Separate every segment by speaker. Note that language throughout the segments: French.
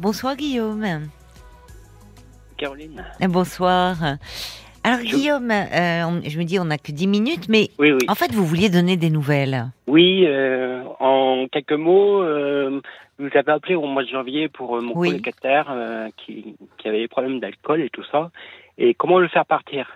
Speaker 1: Bonsoir Guillaume.
Speaker 2: Caroline.
Speaker 1: Et Bonsoir. Alors Guillaume, euh, on- je me dis on n'a que 10 minutes, mais
Speaker 2: Oui, oui.
Speaker 1: en fait vous vouliez donner des nouvelles.
Speaker 2: Oui, euh, en quelques mots, euh, vous avez appelé au mois de janvier pour euh, mon
Speaker 1: Oui.
Speaker 2: colocataire euh, qui, qui avait des problèmes d'alcool et tout ça. Et comment le faire partir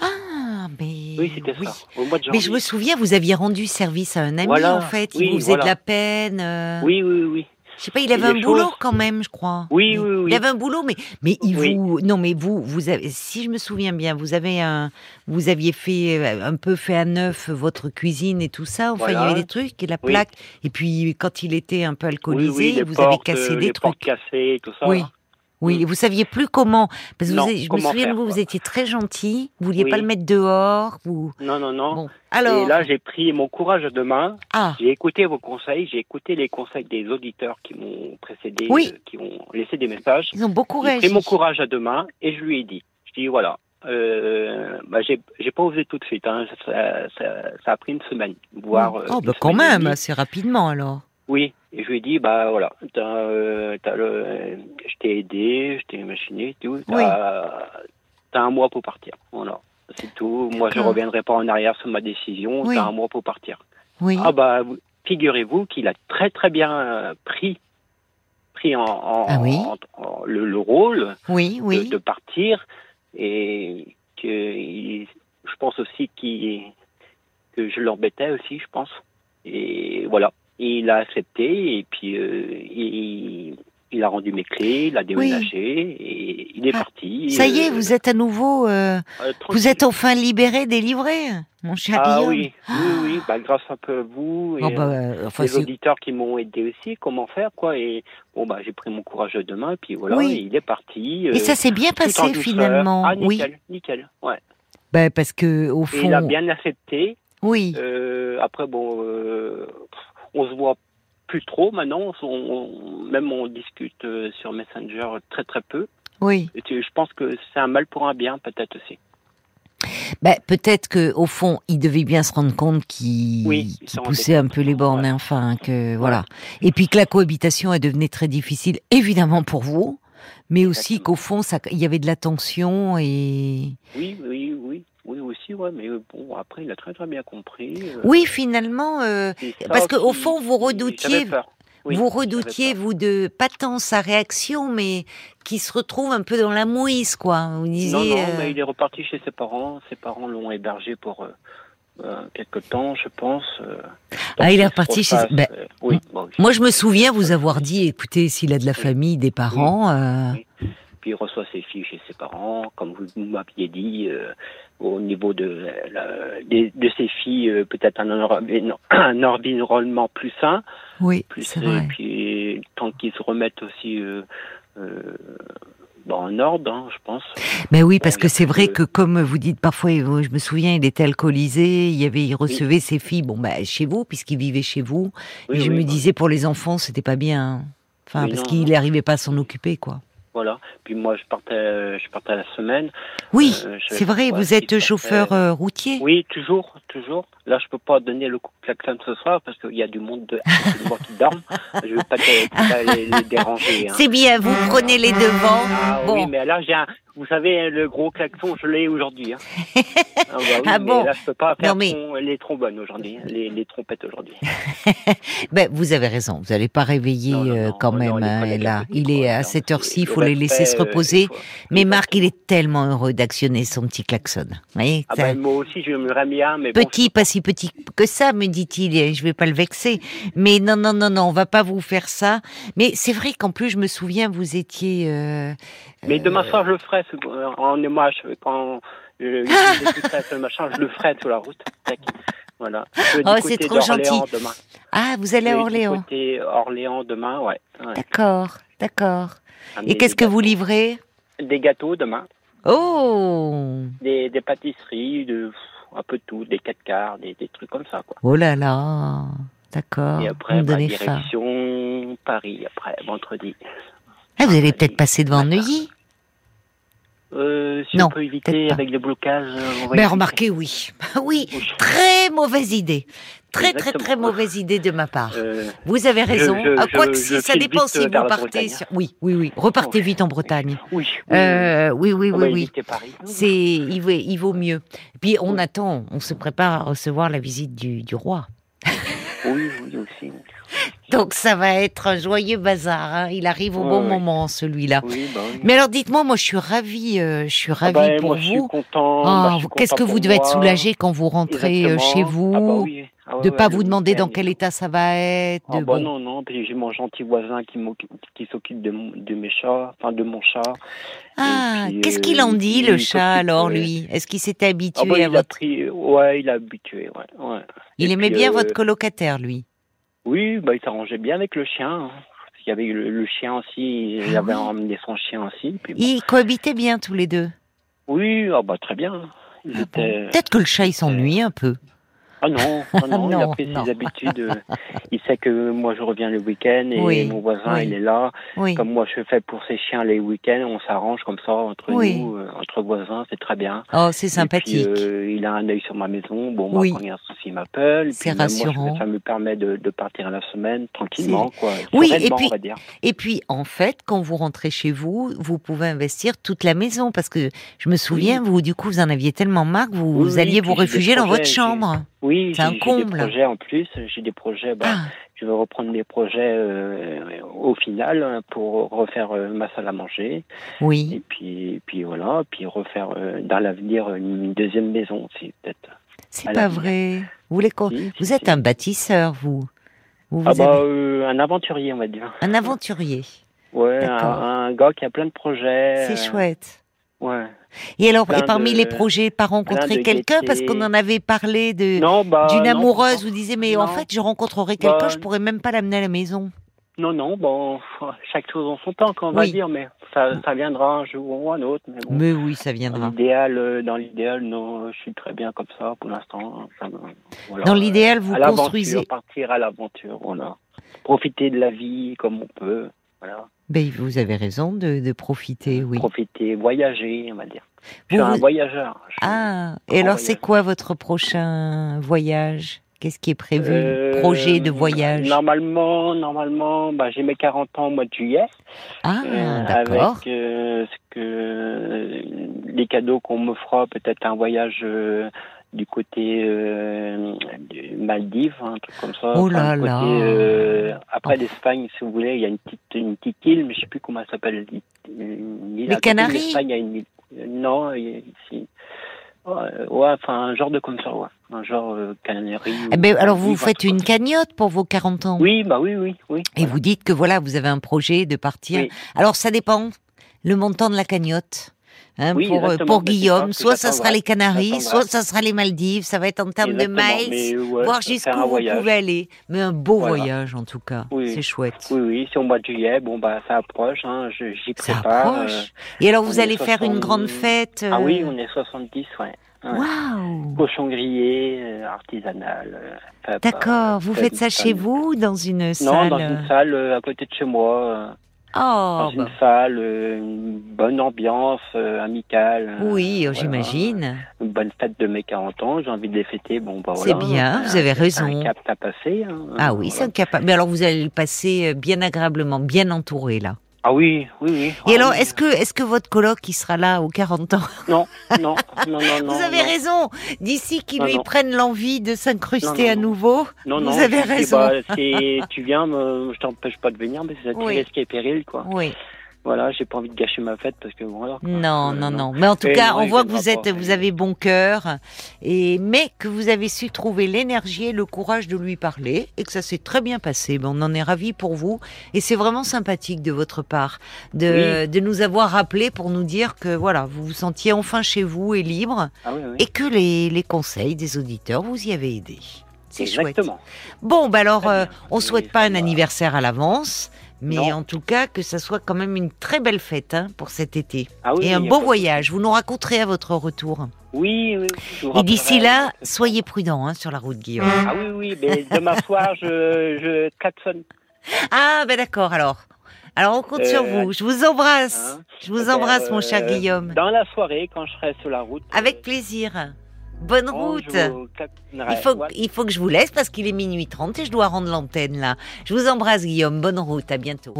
Speaker 1: Ah, mais
Speaker 2: Oui, c'était ça. Au mois de janvier.
Speaker 1: Mais je me souviens, vous aviez rendu service à un ami
Speaker 2: Voilà.
Speaker 1: en fait,
Speaker 2: Oui,
Speaker 1: il vous faisait
Speaker 2: voilà.
Speaker 1: de la peine. euh,
Speaker 2: Oui, oui, oui.
Speaker 1: Je sais pas, il avait
Speaker 2: Il
Speaker 1: un
Speaker 2: est chaud.
Speaker 1: boulot quand même, je crois.
Speaker 2: Oui, oui, oui.
Speaker 1: Il avait un boulot, mais mais il
Speaker 2: Oui.
Speaker 1: vous non, mais vous vous avez, si je me souviens bien, vous avez un vous aviez fait euh, un peu fait à neuf votre cuisine et tout ça. Enfin, il y
Speaker 2: Voilà.
Speaker 1: avait des trucs et la
Speaker 2: Oui.
Speaker 1: plaque. Et puis quand il était un peu
Speaker 2: Oui,
Speaker 1: alcoolisé,
Speaker 2: oui, les
Speaker 1: vous avez
Speaker 2: portes,
Speaker 1: cassé
Speaker 2: euh,
Speaker 1: des
Speaker 2: les
Speaker 1: trucs.
Speaker 2: portes cassées et tout ça.
Speaker 1: Oui. Oui,
Speaker 2: Mm.
Speaker 1: et vous saviez plus comment. Parce que vous
Speaker 2: Non,
Speaker 1: avez- je me
Speaker 2: comment
Speaker 1: souviens de
Speaker 2: faire,
Speaker 1: vous,
Speaker 2: quoi.
Speaker 1: vous étiez très gentil, vous vouliez pas
Speaker 2: Oui.
Speaker 1: le mettre dehors. Vous...
Speaker 2: Non, non, non.
Speaker 1: Bon,
Speaker 2: Et
Speaker 1: alors,
Speaker 2: là, j'ai pris mon courage à deux mains.
Speaker 1: ah,
Speaker 2: J'ai écouté vos conseils. J'ai écouté les conseils des auditeurs qui m'ont précédé,
Speaker 1: Oui.
Speaker 2: euh, qui ont laissé des messages.
Speaker 1: ils ont beaucoup
Speaker 2: J'ai
Speaker 1: réagi.
Speaker 2: pris mon courage à deux mains et je lui ai dit. Je dis voilà, euh, bah, j'ai j'ai pas osé tout de suite. hein. Ça, ça- ça a pris une semaine, voire. euh,
Speaker 1: oh,
Speaker 2: une
Speaker 1: bah quand
Speaker 2: semaine et
Speaker 1: même,
Speaker 2: demie.
Speaker 1: assez rapidement alors.
Speaker 2: Oui. Et je lui ai dit bah voilà, t'as, euh, t'as le, euh, je t'ai aidé, je t'ai machiné, tout. T'as
Speaker 1: Oui.
Speaker 2: t'as un mois pour partir. Voilà. C'est tout. Moi, je
Speaker 1: D'accord.
Speaker 2: reviendrai pas en arrière sur ma décision.
Speaker 1: Oui.
Speaker 2: T'as un mois pour partir.
Speaker 1: Oui.
Speaker 2: Ah bah vous- figurez-vous qu'il a très très bien euh, pris pris en, en-
Speaker 1: Ah oui.
Speaker 2: en- en- le, le rôle
Speaker 1: Oui, oui.
Speaker 2: de, de partir et que il- je pense aussi qu'il que je l'embêtais aussi je pense et voilà il a accepté et puis euh, il, il a rendu mes clés il a déménagé et il est
Speaker 1: Ah,
Speaker 2: parti
Speaker 1: Ça y est, vous êtes à nouveau, euh, vous êtes enfin libéré, délivré, mon cher
Speaker 2: ah
Speaker 1: Guillaume.
Speaker 2: oui oui oui bah, grâce un peu à vous et,
Speaker 1: Ah. Oh, bah, euh, enfin,
Speaker 2: les
Speaker 1: c'est-
Speaker 2: auditeurs qui m'ont aidé aussi, comment faire, quoi. Et bon, bah, j'ai pris mon courage à deux mains, puis voilà,
Speaker 1: Oui.
Speaker 2: et il est parti. euh,
Speaker 1: Mais ça s'est bien
Speaker 2: tout en
Speaker 1: passé
Speaker 2: douceur.
Speaker 1: finalement,
Speaker 2: Ah,
Speaker 1: oui.
Speaker 2: nickel, nickel, ouais.
Speaker 1: Bah, parce que au
Speaker 2: Et il a
Speaker 1: fond,
Speaker 2: bien accepté.
Speaker 1: oui.
Speaker 2: Euh, après, bon, euh, on se voit plus trop maintenant. On, on- même on discute euh, sur Messenger très très peu.
Speaker 1: Oui.
Speaker 2: Et tu- je pense que c'est un mal pour un bien, peut-être aussi.
Speaker 1: Bah, peut-être que au fond, il devait bien se rendre compte qu'il
Speaker 2: Oui, il
Speaker 1: qu'il
Speaker 2: s'en rendait
Speaker 1: poussait un peu les bornes,
Speaker 2: Ouais.
Speaker 1: hein, enfin que voilà. Et puis que la cohabitation est devenue très difficile, évidemment pour vous, mais aussi
Speaker 2: Exactement.
Speaker 1: qu'au fond, ça, il y avait de la tension et
Speaker 2: Oui, oui, oui. Oui, aussi, ouais, mais euh, bon, après, il a très très bien compris. euh,
Speaker 1: oui, finalement, euh,
Speaker 2: c'est ça
Speaker 1: parce que au
Speaker 2: qui-
Speaker 1: fond, vous
Speaker 2: qui-
Speaker 1: redoutiez,
Speaker 2: j'avais peur. Oui,
Speaker 1: vous
Speaker 2: j'avais
Speaker 1: redoutiez
Speaker 2: peur.
Speaker 1: vous de pas tant sa réaction, mais qui se retrouve un peu dans la mouise, quoi. Vous disiez,
Speaker 2: Non, non,
Speaker 1: euh,
Speaker 2: mais il est reparti chez ses parents. Ses parents l'ont hébergé pour euh, euh, quelque temps, je pense. euh,
Speaker 1: Ah, il
Speaker 2: tant
Speaker 1: est
Speaker 2: qu'il se
Speaker 1: reparti chez-
Speaker 2: refasse,
Speaker 1: ben,
Speaker 2: euh, oui, bon, euh,
Speaker 1: moi, je me souviens vous avoir dit, écoutez, s'il a de la famille, des parents. euh,
Speaker 2: Puis il reçoit ses filles chez ses parents, comme vous m'aviez dit, euh, au niveau de, euh, la- des- de, ses filles, euh, peut-être un, envi- un environnement plus sain.
Speaker 1: Oui,
Speaker 2: Plus,
Speaker 1: c'est
Speaker 2: euh,
Speaker 1: vrai.
Speaker 2: puis tant qu'ils se remettent aussi euh, euh, ben, en ordre, hein, je pense.
Speaker 1: Ben oui, parce
Speaker 2: Bon, il y
Speaker 1: que
Speaker 2: a
Speaker 1: c'est
Speaker 2: plus
Speaker 1: vrai
Speaker 2: de-
Speaker 1: que comme vous dites parfois, il- je me souviens, il était alcoolisé, il y avait, il recevait ses filles, bon bah chez vous, puisqu'il vivait chez vous.
Speaker 2: Oui,
Speaker 1: et je
Speaker 2: oui, bah,
Speaker 1: me
Speaker 2: bon.
Speaker 1: disais pour les enfants, c'était pas bien, hein. enfin
Speaker 2: Mais
Speaker 1: parce
Speaker 2: non,
Speaker 1: qu'il
Speaker 2: non.
Speaker 1: n'arrivait pas à s'en occuper quoi.
Speaker 2: Voilà. Puis moi, je partais, euh, je partais la semaine.
Speaker 1: Oui,
Speaker 2: Euh, je-
Speaker 1: c'est vrai,
Speaker 2: ouais,
Speaker 1: vous
Speaker 2: qui
Speaker 1: êtes
Speaker 2: partait-
Speaker 1: chauffeur euh, routier.
Speaker 2: Oui, toujours, toujours. Là, je peux pas donner le coup de klaxon ce soir parce qu'il y a du monde de, de moi qui dorment. Je veux pas, te- pas les, les déranger. hein.
Speaker 1: C'est bien, vous prenez les devants.
Speaker 2: Ah
Speaker 1: bon,
Speaker 2: oui, mais là, j'ai un... Vous savez, le gros klaxon, je l'ai aujourd'hui. Hein. Ah, bah oui,
Speaker 1: Ah
Speaker 2: mais
Speaker 1: bon.
Speaker 2: Là, je peux pas faire
Speaker 1: Non, mais-
Speaker 2: tron- les trombones aujourd'hui, hein, les, les trompettes aujourd'hui.
Speaker 1: ben vous avez raison, vous n'allez pas réveiller
Speaker 2: Non, non,
Speaker 1: euh,
Speaker 2: non,
Speaker 1: quand
Speaker 2: non,
Speaker 1: même.
Speaker 2: il est
Speaker 1: hein,
Speaker 2: pas là,
Speaker 1: là,
Speaker 2: petit,
Speaker 1: il
Speaker 2: quoi.
Speaker 1: est à
Speaker 2: Non,
Speaker 1: cette heure-ci, il
Speaker 2: le
Speaker 1: faut les laisser se
Speaker 2: respect, euh,
Speaker 1: reposer.
Speaker 2: il faut-
Speaker 1: Mais
Speaker 2: faut-
Speaker 1: Marc, il est tellement heureux d'actionner son petit klaxon. Vous voyez,
Speaker 2: Ah
Speaker 1: ça-
Speaker 2: bah, moi aussi, je me mis un, mais bon,
Speaker 1: Petit, pas si petit que ça, me dit-il, et je vais pas le vexer. Mais non, non, non, non, on va pas vous faire ça. Mais c'est vrai qu'en plus, je me souviens, vous étiez... euh,
Speaker 2: Mais demain soir, je le ferai ce- euh, en hommage. euh, Quand euh, je j'écouterai ce machin, je le ferai sur la route. Tac. Voilà. Je vais
Speaker 1: Oh,
Speaker 2: du
Speaker 1: c'est
Speaker 2: côté
Speaker 1: trop
Speaker 2: d'Orléans
Speaker 1: gentil.
Speaker 2: Demain.
Speaker 1: Ah, vous allez
Speaker 2: Je
Speaker 1: à
Speaker 2: vais
Speaker 1: Orléans.
Speaker 2: Du côté Orléans demain, ouais. ouais.
Speaker 1: D'accord, d'accord.
Speaker 2: Amener
Speaker 1: Et qu'est-ce que
Speaker 2: des
Speaker 1: vous
Speaker 2: gâteaux.
Speaker 1: livrez
Speaker 2: Des gâteaux demain,
Speaker 1: Oh
Speaker 2: des, des pâtisseries, de, pff, un peu de tout, des quatre quarts, des, des trucs comme ça, quoi.
Speaker 1: Oh là là D'accord, Oh,
Speaker 2: Et
Speaker 1: vous
Speaker 2: après,
Speaker 1: me
Speaker 2: bah,
Speaker 1: donnez faim.
Speaker 2: direction Paris, après, vendredi.
Speaker 1: Ah, vous allez
Speaker 2: Paris.
Speaker 1: peut-être passer devant
Speaker 2: bah,
Speaker 1: Neuilly
Speaker 2: Euh, si
Speaker 1: Non,
Speaker 2: on peut éviter
Speaker 1: pas.
Speaker 2: avec les blocages. euh, on va
Speaker 1: Ben
Speaker 2: éviter.
Speaker 1: remarquez, oui. Oui,
Speaker 2: Oui.
Speaker 1: très mauvaise idée. Très, très,
Speaker 2: Exactement.
Speaker 1: très mauvaise idée de ma part.
Speaker 2: Euh,
Speaker 1: Vous avez raison.
Speaker 2: je-
Speaker 1: Ah, Quoique
Speaker 2: je-
Speaker 1: si,
Speaker 2: je
Speaker 1: ça
Speaker 2: file
Speaker 1: dépend
Speaker 2: vite euh,
Speaker 1: si vous
Speaker 2: vers la
Speaker 1: partez
Speaker 2: Bretagne.
Speaker 1: sur... Oui, oui, oui. Repartez
Speaker 2: Ouais.
Speaker 1: vite en Bretagne.
Speaker 2: oui, oui, Ah bah,
Speaker 1: Euh, oui, oui,
Speaker 2: on
Speaker 1: oui,
Speaker 2: va
Speaker 1: oui.
Speaker 2: éviter Paris.
Speaker 1: C'est il vaut, il vaut mieux. Puis on
Speaker 2: Oui.
Speaker 1: attend, on se prépare à recevoir la visite du, du roi.
Speaker 2: Oui, oui, aussi.
Speaker 1: Donc ça va être un joyeux bazar. hein. Il arrive au
Speaker 2: Ouais,
Speaker 1: bon
Speaker 2: ouais.
Speaker 1: moment celui-là.
Speaker 2: Oui, bah oui.
Speaker 1: Mais alors dites-moi, moi je suis ravie, euh, je suis
Speaker 2: Ah
Speaker 1: ravie
Speaker 2: bah,
Speaker 1: pour
Speaker 2: moi, je suis
Speaker 1: vous.
Speaker 2: content.
Speaker 1: Ah,
Speaker 2: bah, je suis
Speaker 1: Qu'est-ce que
Speaker 2: content
Speaker 1: vous
Speaker 2: pour
Speaker 1: devez être
Speaker 2: moi.
Speaker 1: soulagé quand vous rentrez euh,
Speaker 2: Exactement.
Speaker 1: chez vous,
Speaker 2: Ah bah oui. Ah ouais,
Speaker 1: de
Speaker 2: ouais,
Speaker 1: pas
Speaker 2: le
Speaker 1: vous demander dans
Speaker 2: week-end et
Speaker 1: quel
Speaker 2: tout.
Speaker 1: état ça va être.
Speaker 2: Ah
Speaker 1: de-
Speaker 2: bah
Speaker 1: bon.
Speaker 2: non, non, puis j'ai mon gentil voisin qui m'occupe- qui s'occupe de, mon- de mes chats, enfin de mon chat.
Speaker 1: Ah,
Speaker 2: puis,
Speaker 1: qu'est-ce
Speaker 2: euh,
Speaker 1: qu'il en dit
Speaker 2: il
Speaker 1: le
Speaker 2: s'occupe,
Speaker 1: chat alors
Speaker 2: euh,
Speaker 1: lui Est-ce qu'il s'était habitué
Speaker 2: Ah bah,
Speaker 1: à
Speaker 2: il a
Speaker 1: votre
Speaker 2: pris, ouais, il a habitué, ouais. ouais.
Speaker 1: Il
Speaker 2: Et
Speaker 1: aimait
Speaker 2: puis,
Speaker 1: bien
Speaker 2: euh,
Speaker 1: votre colocataire lui.
Speaker 2: Oui, bah, il s'arrangeait bien avec le chien. hein. Il y avait le, le chien aussi, il
Speaker 1: Ah
Speaker 2: avait
Speaker 1: oui.
Speaker 2: emmené son chien aussi. Puis, bon.
Speaker 1: Ils cohabitaient bien tous les deux.
Speaker 2: Oui, ah bah, très bien. Il
Speaker 1: Ah bon.
Speaker 2: était-
Speaker 1: Peut-être que le chat il
Speaker 2: euh,
Speaker 1: s'ennuie un peu.
Speaker 2: Ah non, ah non, il
Speaker 1: Non,
Speaker 2: a pris
Speaker 1: non.
Speaker 2: ses habitudes. euh, Il sait que moi je reviens le week-end et
Speaker 1: Oui,
Speaker 2: mon voisin
Speaker 1: oui.
Speaker 2: il est là.
Speaker 1: Oui.
Speaker 2: Comme moi je fais pour ses chiens les week-ends, on s'arrange comme ça entre
Speaker 1: Oui.
Speaker 2: nous, euh, entre voisins, c'est très bien.
Speaker 1: Oh, c'est
Speaker 2: Et
Speaker 1: sympathique.
Speaker 2: puis, euh, il a un œil sur ma maison. Bon, moi,
Speaker 1: Oui.
Speaker 2: quand il y a un souci, il m'appelle. Et
Speaker 1: C'est
Speaker 2: puis, même
Speaker 1: rassurant.
Speaker 2: Moi, ça me permet de, de partir à la semaine tranquillement, quoi.
Speaker 1: Oui,
Speaker 2: Sereinement,
Speaker 1: et puis-
Speaker 2: on va dire.
Speaker 1: Et puis, en fait, quand vous rentrez chez vous, vous pouvez investir toute la maison. Parce que je me souviens, vous, du coup, vous en aviez tellement marre que vous,
Speaker 2: Oui,
Speaker 1: vous alliez
Speaker 2: oui,
Speaker 1: vous
Speaker 2: puis j'ai des
Speaker 1: réfugier dans votre
Speaker 2: projets, j'ai-
Speaker 1: chambre.
Speaker 2: Oui,
Speaker 1: C'est un
Speaker 2: j'ai j'ai
Speaker 1: comble.
Speaker 2: des projets en plus. J'ai des projets. Bah,
Speaker 1: Ah,
Speaker 2: Je vais reprendre mes projets euh, au final hein, pour refaire euh, ma salle à manger. Et
Speaker 1: oui.
Speaker 2: puis, et puis voilà. Puis refaire euh, dans l'avenir une deuxième maison aussi, peut-être.
Speaker 1: C'est
Speaker 2: à
Speaker 1: pas
Speaker 2: l'avenir.
Speaker 1: vrai. Vous, voulez qu'on-
Speaker 2: Si, si,
Speaker 1: Oh, vous êtes
Speaker 2: si.
Speaker 1: un bâtisseur, vous. Vous,
Speaker 2: Ah
Speaker 1: vous
Speaker 2: bah,
Speaker 1: avez-
Speaker 2: euh, un aventurier, on va dire.
Speaker 1: un aventurier.
Speaker 2: Ouais, un,
Speaker 1: D'accord.
Speaker 2: un gars qui a plein de projets.
Speaker 1: C'est
Speaker 2: euh,
Speaker 1: chouette.
Speaker 2: Ouais.
Speaker 1: Et alors, et
Speaker 2: plein
Speaker 1: parmi
Speaker 2: de-
Speaker 1: les projets, pas rencontrer
Speaker 2: de
Speaker 1: quelqu'un Parce
Speaker 2: gaieté.
Speaker 1: qu'on en avait parlé de.
Speaker 2: Non, bah,
Speaker 1: Euh, D'une
Speaker 2: non,
Speaker 1: amoureuse, vous disiez, mais en
Speaker 2: Non.
Speaker 1: fait, je rencontrerai quelqu'un,
Speaker 2: Bah,
Speaker 1: je pourrais même pas l'amener à la maison.
Speaker 2: Non, non, bon, chaque chose en son temps, qu'on va
Speaker 1: Oui.
Speaker 2: dire, mais ça, ça viendra un jour ou un autre. Mais bon,
Speaker 1: Mais oui, ça
Speaker 2: dans
Speaker 1: viendra.
Speaker 2: l'idéal, euh, dans l'idéal, non, je suis très bien comme ça pour l'instant. hein, Ça me- voilà.
Speaker 1: Dans l'idéal, vous
Speaker 2: À l'aventure,
Speaker 1: construisez.
Speaker 2: partir à l'aventure, voilà. Profiter de la vie comme on peut, voilà.
Speaker 1: Ben, vous avez raison de, de profiter, oui.
Speaker 2: Euh, Profiter, voyager, on va dire. Je suis
Speaker 1: Vous-
Speaker 2: un
Speaker 1: vous-
Speaker 2: voyageur. Je suis-
Speaker 1: Ah,
Speaker 2: grand
Speaker 1: et alors c'est
Speaker 2: voyageur.
Speaker 1: quoi votre prochain voyage Qu'est-ce qui est prévu
Speaker 2: Euh,
Speaker 1: Projet de voyage
Speaker 2: Normalement, normalement, bah, j'ai mes 40 ans au mois de juillet.
Speaker 1: Ah,
Speaker 2: Euh,
Speaker 1: d'accord.
Speaker 2: Avec euh, ce que euh, les cadeaux qu'on me fera, peut-être un voyage euh, du côté euh, du Maldives, un truc comme ça.
Speaker 1: Oh là
Speaker 2: Enfin, le
Speaker 1: là.
Speaker 2: côté, euh, après
Speaker 1: Oh.
Speaker 2: l'Espagne, si vous voulez, il y a une petite, une petite île, mais je sais plus comment elle s'appelle. une- une île.
Speaker 1: Les
Speaker 2: À côté de
Speaker 1: Canaries
Speaker 2: l'Espagne, il y a une île. Euh, Non, il y a- si. Ouais, ouais, enfin, un genre de comme ça, ouais. Un genre euh, Canaries.
Speaker 1: Eh
Speaker 2: ou-
Speaker 1: ben, alors
Speaker 2: ou
Speaker 1: vous
Speaker 2: un
Speaker 1: faites
Speaker 2: truc
Speaker 1: une
Speaker 2: comme ça.
Speaker 1: cagnotte pour vos 40 ans
Speaker 2: Oui, bah oui, oui, oui.
Speaker 1: et vous dites que voilà, vous avez un projet de partir.
Speaker 2: Oui.
Speaker 1: Alors ça dépend le montant de la cagnotte. hein,
Speaker 2: Oui,
Speaker 1: pour, euh,
Speaker 2: exactement,
Speaker 1: pour
Speaker 2: mais c'est ça
Speaker 1: Guillaume,
Speaker 2: que
Speaker 1: soit ça
Speaker 2: j'attendrai,
Speaker 1: sera les Canaries,
Speaker 2: j'attendrai.
Speaker 1: soit ça sera les Maldives, ça va être en termes de
Speaker 2: Exactement,
Speaker 1: miles,
Speaker 2: mais, ouais,
Speaker 1: voir
Speaker 2: faire un
Speaker 1: jusqu'où vous
Speaker 2: voyage.
Speaker 1: pouvez aller. Mais un beau
Speaker 2: Voilà.
Speaker 1: voyage en tout cas,
Speaker 2: Oui.
Speaker 1: c'est chouette.
Speaker 2: Oui, oui, c'est au mois de juillet. Bon, bah, ça approche. Hein, je- j'y
Speaker 1: Ça
Speaker 2: prépare.
Speaker 1: approche.
Speaker 2: euh.
Speaker 1: Et alors,
Speaker 2: on
Speaker 1: vous
Speaker 2: est
Speaker 1: allez faire une
Speaker 2: 70.
Speaker 1: grande fête.
Speaker 2: Ah oui,
Speaker 1: euh,
Speaker 2: on est 70, ouais. ouais.
Speaker 1: Waouh
Speaker 2: Cochon grillé, euh, artisanal. euh, fait par-
Speaker 1: D'accord, vous
Speaker 2: fait
Speaker 1: faites
Speaker 2: une
Speaker 1: ça chez
Speaker 2: femme.
Speaker 1: vous ou dans une
Speaker 2: Non,
Speaker 1: salle
Speaker 2: dans une salle euh, à côté de chez moi. euh,
Speaker 1: Oh, bah,
Speaker 2: dans une salle, euh, une bonne ambiance, euh, amicale. euh,
Speaker 1: oui, oh,
Speaker 2: voilà.
Speaker 1: j'imagine.
Speaker 2: Une bonne fête de mes 40 ans. J'ai envie de les fêter. Bon, bah,
Speaker 1: C'est
Speaker 2: voilà.
Speaker 1: bien,
Speaker 2: euh,
Speaker 1: vous avez
Speaker 2: c'est
Speaker 1: raison.
Speaker 2: un cap à passer. hein,
Speaker 1: Ah oui, c'est
Speaker 2: voilà.
Speaker 1: un capable. Mais alors, vous allez le passer euh, bien agréablement, bien entouré, là.
Speaker 2: Ah oui, oui, oui.
Speaker 1: Et
Speaker 2: ah
Speaker 1: alors,
Speaker 2: oui.
Speaker 1: est-ce que, est-ce que votre coloc, qui sera là aux 40 ans
Speaker 2: Non, non, non, non, non.
Speaker 1: Vous avez
Speaker 2: non.
Speaker 1: raison D'ici qu'il
Speaker 2: Non,
Speaker 1: lui
Speaker 2: non.
Speaker 1: prenne l'envie de
Speaker 2: Non,
Speaker 1: s'incruster
Speaker 2: non,
Speaker 1: à
Speaker 2: non.
Speaker 1: nouveau.
Speaker 2: Non,
Speaker 1: Vous
Speaker 2: non,
Speaker 1: avez
Speaker 2: je dis,
Speaker 1: raison.
Speaker 2: bah, c'est- tu viens, me- je t'empêche pas de venir, mais c'est
Speaker 1: Oui.
Speaker 2: oui. risque et péril, quoi.
Speaker 1: Oui.
Speaker 2: Voilà, j'ai pas envie de gâcher ma fête parce que voilà. quoi.
Speaker 1: Non,
Speaker 2: Euh,
Speaker 1: non, non. Mais en tout
Speaker 2: Et
Speaker 1: cas,
Speaker 2: non,
Speaker 1: on
Speaker 2: il
Speaker 1: voit que vous
Speaker 2: viendra
Speaker 1: êtes,
Speaker 2: pas.
Speaker 1: vous avez bon cœur, et mais que vous avez su trouver l'énergie et le courage de lui parler, et que ça s'est très bien passé. Ben, on en est ravis pour vous, et c'est vraiment sympathique de votre part de, de nous avoir rappelé pour nous dire que voilà, vous vous sentiez enfin chez vous et libre,
Speaker 2: Ah oui, oui.
Speaker 1: et que les, les conseils des auditeurs vous y avez aidé. C'est chouette.
Speaker 2: Exactement.
Speaker 1: Bon, bah alors,
Speaker 2: Très bien.
Speaker 1: euh, on
Speaker 2: Oui,
Speaker 1: souhaite pas
Speaker 2: ça
Speaker 1: un
Speaker 2: va.
Speaker 1: anniversaire à l'avance, mais
Speaker 2: Non.
Speaker 1: en tout cas que ça soit quand même une très belle fête hein, pour cet été
Speaker 2: Ah oui,
Speaker 1: et
Speaker 2: oui,
Speaker 1: un
Speaker 2: y a
Speaker 1: beau
Speaker 2: pas-
Speaker 1: voyage. Vous nous raconterez à votre retour.
Speaker 2: Oui, oui. je vous
Speaker 1: Et d'ici
Speaker 2: rappellerai. euh,
Speaker 1: là, soyez prudents hein, sur la route, Guillaume.
Speaker 2: Ah oui, oui, mais demain soir, je, je klaxonne.
Speaker 1: Ah, ben d'accord, alors. Alors, on compte sur
Speaker 2: Euh,
Speaker 1: vous. Je vous embrasse.
Speaker 2: hein,
Speaker 1: Je vous
Speaker 2: vers,
Speaker 1: embrasse, mon cher
Speaker 2: euh,
Speaker 1: Guillaume.
Speaker 2: Dans la soirée, quand je serai sur la route. euh,
Speaker 1: Avec plaisir. Bonne route. Il faut, il faut que je vous laisse parce qu'il est minuit 30 et je dois rendre l'antenne là. Je vous embrasse Guillaume, bonne route, à bientôt.